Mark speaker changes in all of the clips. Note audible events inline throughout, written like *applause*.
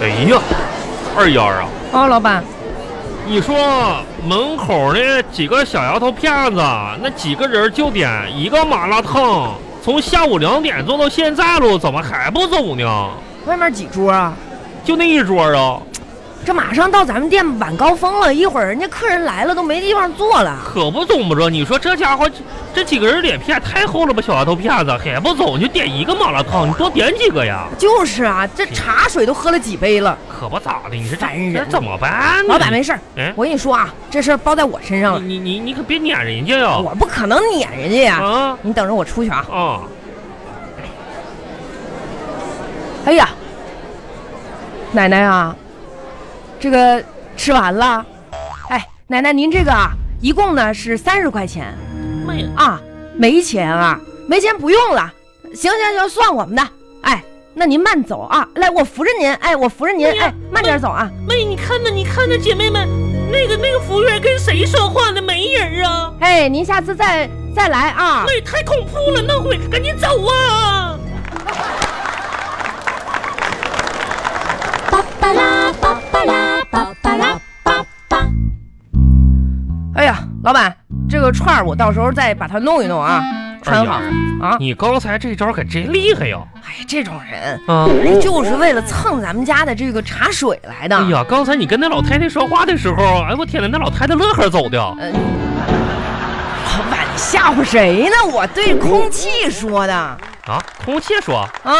Speaker 1: 哎呀，二丫啊，
Speaker 2: 哦，老板，
Speaker 1: 你说门口那几个小丫头片子，那几个人就点一个麻辣烫，从下午两点做到现在喽，怎么还不走呢？
Speaker 2: 外面几桌啊？
Speaker 1: 就那一桌啊，
Speaker 2: 这马上到咱们店晚高峰了，一会儿人家客人来了都没地方坐了。
Speaker 1: 可不怎么着。你说这家伙这这几个人脸皮也太厚了吧？小丫头片子还不走，你就点一个麻辣烫，你多点几个呀？
Speaker 2: 就是啊，这茶水都喝了几杯了。
Speaker 1: 可不咋的，你说
Speaker 2: 烦人
Speaker 1: 这这怎么办呢？
Speaker 2: 老板没事儿
Speaker 1: 哎，
Speaker 2: 我跟你说啊，这事儿包在我身上了，
Speaker 1: 你你你你可别撵人家呀！
Speaker 2: 我不可能撵人家呀。
Speaker 1: 啊
Speaker 2: 你等着我出去啊！
Speaker 1: 啊！
Speaker 2: 哎呀，奶奶啊，这个吃完了。哎，奶奶您这个啊，一共呢是三十块钱
Speaker 1: 没
Speaker 2: 啊，没钱啊，没钱不用了。行行行，算我们的。哎，那您慢走啊，来，我扶着您。哎，我扶着您。
Speaker 3: 哎呀
Speaker 2: 哎，慢点走啊。
Speaker 3: 妹，你看那，你看那姐妹们，那个那个服务员跟谁说话呢？没人啊！
Speaker 2: 哎，您下次再再来啊。
Speaker 3: 妹，太恐怖了，闹鬼，赶紧走啊！
Speaker 4: 巴巴拉巴巴拉巴巴拉巴巴。
Speaker 2: 哎呀，老板，这个串儿我到时候再把它弄一弄啊，穿好
Speaker 1: 哎呀
Speaker 2: 啊。
Speaker 1: 你刚才这招可真厉害呀！
Speaker 2: 哎，这种人。
Speaker 1: 啊，
Speaker 2: 就是为了蹭咱们家的这个茶水来的。
Speaker 1: 哎呀，刚才你跟那老太太说话的时候，哎我天呐，那老太太乐呵走的。啊
Speaker 2: 呃，老板，你吓唬谁呢？我对空气说的
Speaker 1: 啊，空气说，
Speaker 2: 啊！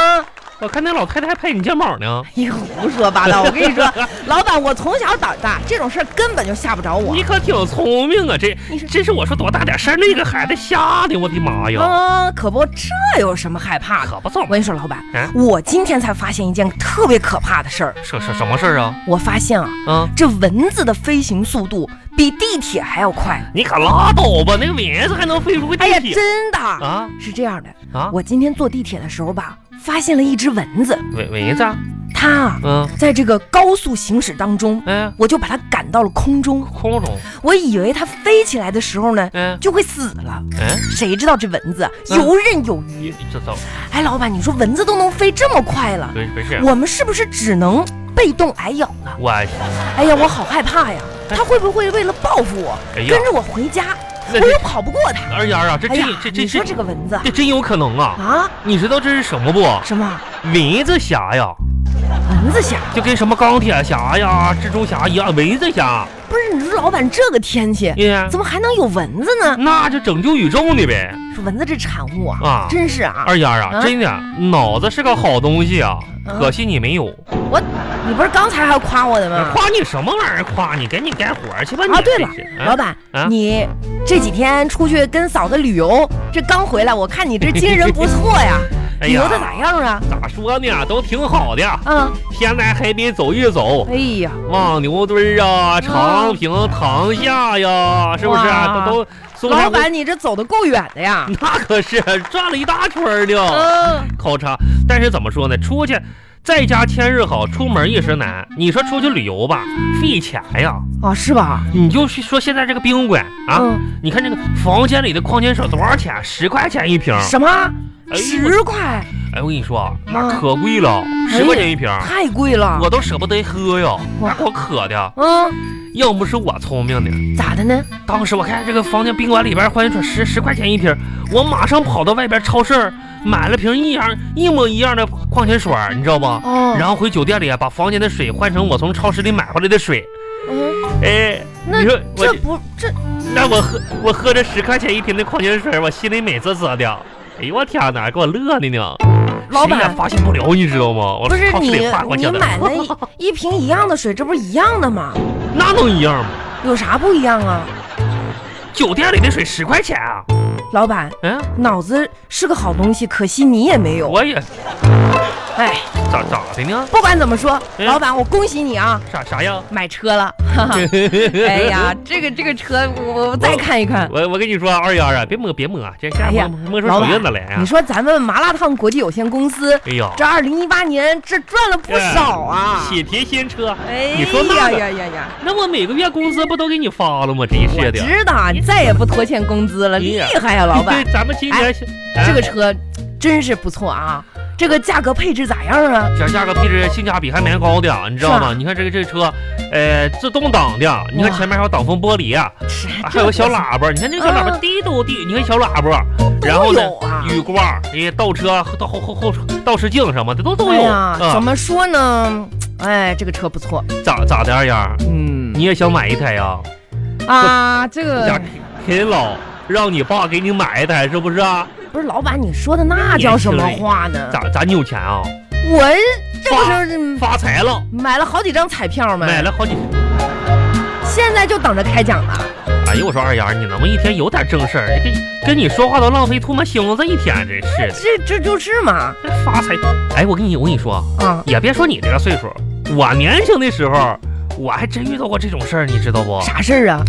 Speaker 1: 我看那老太太还拍你肩膀呢。
Speaker 2: 你胡说八道！我跟你说，
Speaker 1: *laughs*
Speaker 2: 老板，我从小胆大，这种事儿根本就吓不着我
Speaker 1: 你。可挺聪明啊，这
Speaker 2: 你是
Speaker 1: 这是我说多大点事儿，那个孩子吓的，我的妈呀！
Speaker 2: 啊，可不，这有什么害
Speaker 3: 啊
Speaker 2: 怕的？
Speaker 1: 可不怎
Speaker 2: 我
Speaker 1: 么
Speaker 2: 跟你说，老板
Speaker 1: 啊，
Speaker 2: 我今天才发现一件特别可怕的事儿。
Speaker 1: 什什什么事儿啊？
Speaker 2: 我发现啊，
Speaker 1: 啊，
Speaker 2: 这蚊子的飞行速度比地铁还要快。
Speaker 1: 你可拉倒吧，那个蚊子还能飞出个
Speaker 2: 哎
Speaker 1: 地
Speaker 2: 呀，
Speaker 1: 铁
Speaker 2: 真的
Speaker 1: 啊
Speaker 2: 是这样的，
Speaker 1: 啊？
Speaker 2: 我今天坐地铁的时候吧，发现了一只蚊子，
Speaker 1: 蚊蚊子啊，
Speaker 2: 它啊，
Speaker 1: 嗯，
Speaker 2: 在这个高速行驶当中，
Speaker 1: 哎，
Speaker 2: 我就把它赶到了空中。
Speaker 1: 空中，
Speaker 2: 我以为它飞起来的时候呢，
Speaker 1: 哎
Speaker 2: 就会死了。
Speaker 1: 哎，
Speaker 2: 谁知道这蚊子啊
Speaker 1: 嗯
Speaker 2: 游刃有余。
Speaker 1: 你这走，
Speaker 2: 哎，老板，你说蚊子都能飞这么快了，
Speaker 1: 没没事，
Speaker 2: 我们是不是只能被动挨咬了？
Speaker 1: 我
Speaker 2: 哎呀，我好害怕呀！
Speaker 1: 哎
Speaker 2: 它会不会为了报复我，
Speaker 1: 哎呀
Speaker 2: 跟着我回家？
Speaker 1: 那
Speaker 2: 我又跑不过它。
Speaker 1: 二丫啊，这
Speaker 2: 哎呀
Speaker 1: 这，这这
Speaker 2: 你说
Speaker 1: 这
Speaker 2: 这个蚊子啊
Speaker 1: 这真有可能啊！
Speaker 2: 啊，
Speaker 1: 你知道这是什么不？
Speaker 2: 什么
Speaker 1: 蚊子侠呀，
Speaker 2: 蚊子侠？
Speaker 1: 就跟什么钢铁侠呀、蜘蛛侠一样，蚊子侠，
Speaker 2: 不是，你说老板这个天气，
Speaker 1: 耶，
Speaker 2: 怎么还能有蚊子呢？
Speaker 1: 那就拯救宇宙呢呗！
Speaker 2: 说蚊子这产物啊，
Speaker 1: 啊
Speaker 2: 真是啊！
Speaker 1: 二丫
Speaker 2: 啊
Speaker 1: 啊，真的，脑子是个好东西啊，
Speaker 2: 啊
Speaker 1: 可惜你没有。
Speaker 2: 我，你不是刚才还夸我的吗？
Speaker 1: 啊夸你什么玩意儿？夸你，赶紧干活去吧！你
Speaker 2: 啊，对了
Speaker 1: 真是，
Speaker 2: 老，板
Speaker 1: 啊，
Speaker 2: 你这几天出去跟嫂子旅游，这刚回来，我
Speaker 1: *laughs*
Speaker 2: 看你这精神不错呀，
Speaker 1: 哎
Speaker 2: 旅游
Speaker 1: 呀
Speaker 2: 的咋样啊？
Speaker 1: 咋说呢？都挺好的，
Speaker 2: 嗯，
Speaker 1: 天南海北走一走。
Speaker 2: 哎呀，
Speaker 1: 望牛墩儿啊，长平、塘下呀，是不是
Speaker 2: 哇
Speaker 1: 啊？都都松
Speaker 2: 老
Speaker 1: 山湖
Speaker 2: 板，你这走的够远的呀。
Speaker 1: 那可是转了一大圈儿呢，
Speaker 2: 嗯，
Speaker 1: 考察。但是怎么说呢，出去在家千日好，出门一时难。你说出去旅游吧，费钱呀。
Speaker 2: 哦，是吧？
Speaker 1: 你就是说现在这个宾馆啊，
Speaker 2: 嗯
Speaker 1: 你看这个房间里的矿泉水多少钱？十块钱一瓶。
Speaker 2: 什么？
Speaker 1: 哎呦
Speaker 2: 十块？
Speaker 1: 哎，我跟你说啊，那
Speaker 2: 啊
Speaker 1: 可贵了，十块钱一瓶，
Speaker 2: 太贵了。
Speaker 1: 我都舍不得喝呀，
Speaker 2: 哎哇
Speaker 1: 那给我渴的。
Speaker 2: 嗯，
Speaker 1: 要不是我聪明呢，
Speaker 2: 咋的呢？
Speaker 1: 当时我看这个房间宾馆里边矿泉水十十块钱一瓶，我马上跑到外边超市买了瓶一样一模一样的矿泉水，你知道吗？
Speaker 2: 哦，
Speaker 1: 然后回酒店里啊，把房间的水换成我从超市里买回来的水。
Speaker 2: 嗯，
Speaker 1: 哎，
Speaker 2: 那
Speaker 1: 你说我
Speaker 2: 这不这
Speaker 1: 那我喝我喝着十块钱一瓶的矿泉水，我心里美滋滋的。哎呦我天哪，给我乐的呢！
Speaker 2: 老
Speaker 1: 谁
Speaker 2: 板
Speaker 1: 也发现不了，你知道吗？我
Speaker 2: 不是
Speaker 1: 超市
Speaker 2: 你
Speaker 1: 里换过去
Speaker 2: 你
Speaker 1: 的，
Speaker 2: 买了
Speaker 1: *laughs*
Speaker 2: 一一瓶一样的水，这不是一样的吗？
Speaker 1: 那能一样吗？
Speaker 2: 有啥不一样啊？
Speaker 1: 酒店里的水十块钱啊！
Speaker 2: 老板，
Speaker 1: 嗯，
Speaker 2: 脑子是个好东西，可惜你也没有。
Speaker 1: 我也
Speaker 2: 哎，
Speaker 1: 咋咋的呢？
Speaker 2: 不管怎么说，
Speaker 1: 嗯
Speaker 2: 老板，我恭喜你啊，
Speaker 1: 啥啥呀？ *laughs*
Speaker 2: 买车了。哈哈哎呀，这个这个车，我我再看一
Speaker 1: *laughs*
Speaker 2: 看。
Speaker 1: 我我跟你说啊，二丫啊，别摸别摸，这下
Speaker 2: 哎呀
Speaker 1: 摸摸出
Speaker 2: 老
Speaker 1: 手
Speaker 2: 板
Speaker 1: 印子来啊
Speaker 2: 你！说咱们麻辣烫国际有限公司，
Speaker 1: 哎呀，
Speaker 2: 这二零一八年这赚了不少啊！
Speaker 1: 喜提新车，
Speaker 2: 哎
Speaker 1: 你说那
Speaker 2: 呀
Speaker 1: 个
Speaker 2: 呀呀呀！
Speaker 1: 那我每个月工资不都给你发了吗？真
Speaker 2: 我
Speaker 1: 是的，
Speaker 2: 知道你再也不拖欠工资了，
Speaker 1: 哎
Speaker 2: 厉
Speaker 1: 呀
Speaker 2: 害呀，老板，
Speaker 1: 对，咱们今
Speaker 2: 哎
Speaker 1: 年是、哎
Speaker 2: 这个车真是不错啊！这个价格配置咋样啊？
Speaker 1: 这价格配置性价比还蛮高的，你知道
Speaker 2: 是
Speaker 1: 吗？你看这个这车，呃，自动挡的，你看
Speaker 2: 哇
Speaker 1: 前面还有挡风玻璃，啊还有个小喇叭，你看那个小喇叭
Speaker 2: 啊
Speaker 1: 滴嘟滴，你看小喇叭，然后呢
Speaker 2: 有啊，
Speaker 1: 雨刮、这些倒车、倒后后后倒视镜什么的都都
Speaker 2: 哎
Speaker 1: 有
Speaker 2: 呀，怎
Speaker 1: 啊。
Speaker 2: 么说呢？哎，这个车不错，
Speaker 1: 咋咋的，二丫？
Speaker 2: 嗯
Speaker 1: 你也想买一台呀？
Speaker 2: 啊，这
Speaker 1: 家
Speaker 2: 个
Speaker 1: 啃老让你爸给你买一台是不是啊？
Speaker 2: 不是老板，你说的那叫什么话呢？
Speaker 1: 咋咋你有钱啊？
Speaker 2: 我这不是
Speaker 1: 发财了，
Speaker 2: 买了好几张彩票吗？
Speaker 1: 买了好几。
Speaker 2: 现在就等着开奖了。
Speaker 1: 哎呦，我说二丫，你能不能一天有点正事儿？跟跟你说话都浪费吐沫星子一天，真是的。
Speaker 2: 这这就是嘛
Speaker 1: 这发财！哎，我跟你我跟你说，
Speaker 2: 啊！
Speaker 1: 也别说你这个岁数，我年轻的时候，我还真遇到过这种事儿，你知道不？
Speaker 2: 啥事儿啊？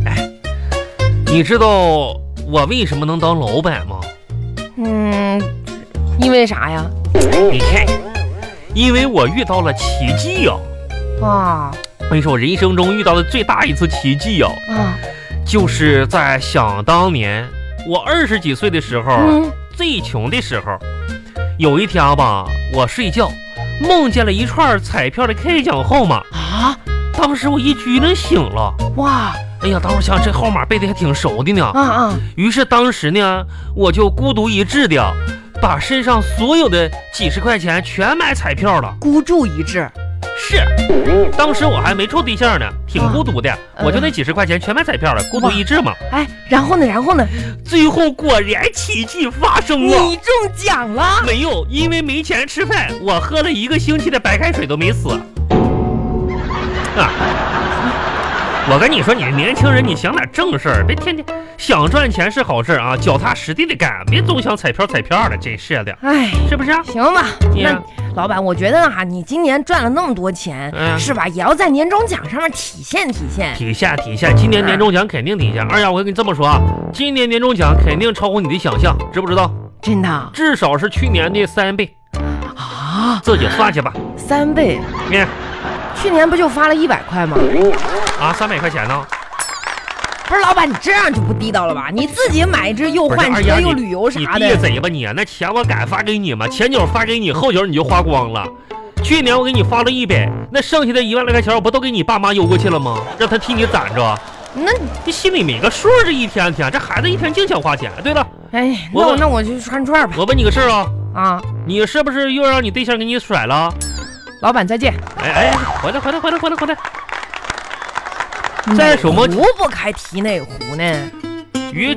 Speaker 1: 你知道我为什么能当老板吗？
Speaker 2: 嗯，因为啥呀？
Speaker 1: 你看，因为我遇到了奇迹呀、
Speaker 2: 啊
Speaker 1: 我跟你说，我人生中遇到的最大一次奇迹呀、
Speaker 2: 啊
Speaker 1: 就是在想当年我二十几岁的时候，
Speaker 2: 嗯
Speaker 1: 最穷的时候，有一天吧，我睡觉梦见了一串彩票的开奖号码，
Speaker 2: 啊
Speaker 1: 当时我一激灵醒了。
Speaker 2: 哇
Speaker 1: 哎呀，当时想这号码背的还挺熟的呢
Speaker 2: 啊。啊！
Speaker 1: 于是当时呢，我就孤独一掷的，把身上所有的几十块钱全买彩票了。
Speaker 2: 孤注一掷，
Speaker 1: 是，当时我还没处对象呢，挺孤独的，
Speaker 2: 嗯
Speaker 1: 我就那几十块钱全买彩票了，孤独一掷嘛。
Speaker 2: 哎，然后呢？然后呢？
Speaker 1: 最后果然奇迹发生了。
Speaker 2: 你中奖了！
Speaker 1: 没有，因为没钱吃饭，我喝了一个星期的白开水都没死。啊！我跟你说，你年轻人，你想点正事儿，别天天想赚钱是好事儿啊，脚踏实地的干，别总想彩票彩票的，真是的，
Speaker 2: 哎，
Speaker 1: 是不是、啊？
Speaker 2: 行吧，
Speaker 1: 你
Speaker 2: 那
Speaker 1: 呀
Speaker 2: 老板，我觉得啊，你今年赚了那么多钱，
Speaker 1: 嗯
Speaker 2: 是吧？也要在年终奖上面体现体现。
Speaker 1: 体现体现，今年年终奖肯定体现。二丫，我跟你这么说啊，今年年终奖肯定超乎你的想象，知不知道？
Speaker 2: 真的
Speaker 1: 至少是去年的三倍，
Speaker 2: 啊，
Speaker 1: 自己算去吧。
Speaker 2: 三倍，
Speaker 1: 你看
Speaker 2: 去年不就发了一百块吗？
Speaker 1: 啊，三百块钱呢？
Speaker 2: 不是，老板，你这样就不地道了吧？你自己买一只又
Speaker 1: 不是
Speaker 2: 换
Speaker 1: 二
Speaker 2: 车
Speaker 1: 丫
Speaker 2: 又
Speaker 1: 你
Speaker 2: 旅游
Speaker 1: 你
Speaker 2: 啥
Speaker 1: 闭
Speaker 2: 的，
Speaker 1: 嘴吧你！那钱我敢发给你吗？前脚发给你，后脚你就花光了。去年我给你发了一百，那剩下的一万来块钱我不都给你爸妈邮过去了吗？让他替你攒着，
Speaker 2: 那
Speaker 1: 这心里没个数儿。这一天天，这孩子一天净想花钱。对了，
Speaker 2: 哎，
Speaker 1: 我
Speaker 2: 那我
Speaker 1: 问
Speaker 2: 那我去串串吧。
Speaker 1: 我问你个事儿啊，
Speaker 2: 啊，
Speaker 1: 你是不是又让你对象给你甩了？
Speaker 2: 老板再见。
Speaker 1: 哎哎，回来回来回来回来回来！在什么
Speaker 2: 壶嗯不开提哪壶呢？
Speaker 1: 于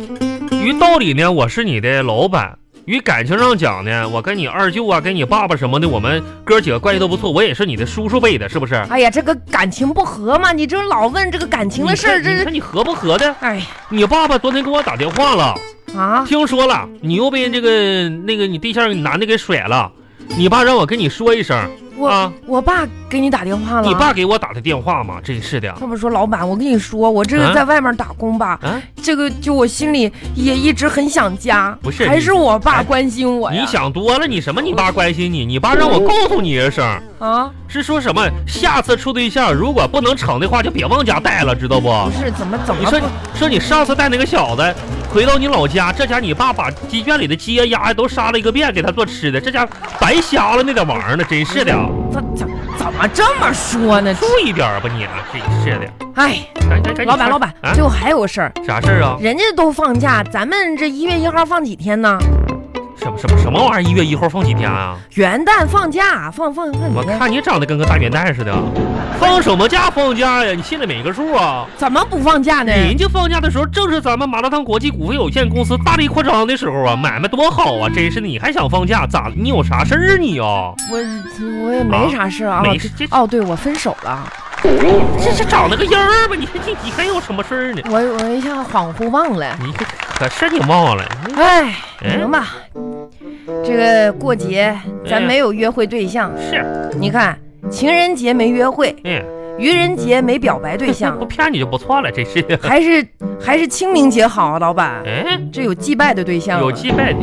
Speaker 1: 于道理呢，我是你的老板；于感情上讲呢，我跟你二舅啊，跟你爸爸什么的，我们哥几个关系都不错，我也是你的叔叔辈的，是不是？
Speaker 2: 哎呀，这个感情不和嘛，你这老问这个感情的事儿，
Speaker 1: 你看
Speaker 2: 这
Speaker 1: 你
Speaker 2: 是
Speaker 1: 看你合不合的？
Speaker 2: 哎
Speaker 1: 你爸爸昨天给我打电话了，
Speaker 2: 啊，
Speaker 1: 听说了，你又被这个那个你对象男的给甩了。你爸让我跟你说一声，
Speaker 2: 我、
Speaker 1: 啊
Speaker 2: 我爸给你打电话了，
Speaker 1: 你爸给我打的电话嘛，真是的。
Speaker 2: 他们说老板，我跟你说，我这个
Speaker 1: 啊
Speaker 2: 在外面打工吧，
Speaker 1: 啊，
Speaker 2: 这个就我心里也一直很想家，
Speaker 1: 不是
Speaker 2: 还
Speaker 1: 你
Speaker 2: 是我爸
Speaker 1: 哎
Speaker 2: 关心我呀，
Speaker 1: 你想多了，你什么？你爸关心你，你爸让我告诉你一声，
Speaker 2: 啊，
Speaker 1: 是说什么？下次处对象如果不能成的话，就别往家带了，知道不？
Speaker 2: 不是怎么怎
Speaker 1: 啊你
Speaker 2: 么
Speaker 1: 说
Speaker 2: 啊不
Speaker 1: 说你上次带那个小子回到你老家，这家你爸把鸡圈里的鸡呀鸭呀都杀了一个遍，给他做吃的，这家白瞎了那点玩意儿呢，真是的，
Speaker 2: 怎怎怎么这么说呢？
Speaker 1: 注意点儿吧你啊，真是的。
Speaker 2: 哎，
Speaker 1: 赶赶赶紧
Speaker 2: 老
Speaker 1: 穿
Speaker 2: 板老板，
Speaker 1: 啊
Speaker 2: 最，后还有个事儿，
Speaker 1: 啥事儿啊？
Speaker 2: 人家都放假，咱们这一月一号放几天呢？
Speaker 1: 什么什么什么玩意儿？一月一号放几天啊？
Speaker 2: 元旦放假，放放放
Speaker 1: 我
Speaker 2: 几天？
Speaker 1: 看你长得跟个大元旦似的，放什么假放假呀？你心里没个数啊？
Speaker 2: 怎么不放假呢？
Speaker 1: 人家放假的时候，正是咱们麻辣烫国际股份有限公司大力扩张的时候啊，买卖多好啊！真是的，你还想放假？咋？你有啥事儿啊你啊？
Speaker 2: 我我也没啥事啊。
Speaker 1: 没事，这
Speaker 2: 哦，对，我分手了，
Speaker 1: 这是找了个样儿吧？你你你还有什么事儿呢？
Speaker 2: 我我一下恍惚忘了。
Speaker 1: 你可可是你忘了？你
Speaker 2: 哎，
Speaker 1: 哎
Speaker 2: 行吧，这个过节咱
Speaker 1: 哎呀
Speaker 2: 没有约会对象，
Speaker 1: 是，
Speaker 2: 你看情人节没约会，
Speaker 1: 嗯，
Speaker 2: 愚人节没表白对象
Speaker 1: 不，
Speaker 2: *laughs*
Speaker 1: 骗你就不错了，这是。
Speaker 2: 还是还是清明节好啊，老板，
Speaker 1: 哎，
Speaker 2: 这有祭拜的对象啊，
Speaker 1: 有祭拜的，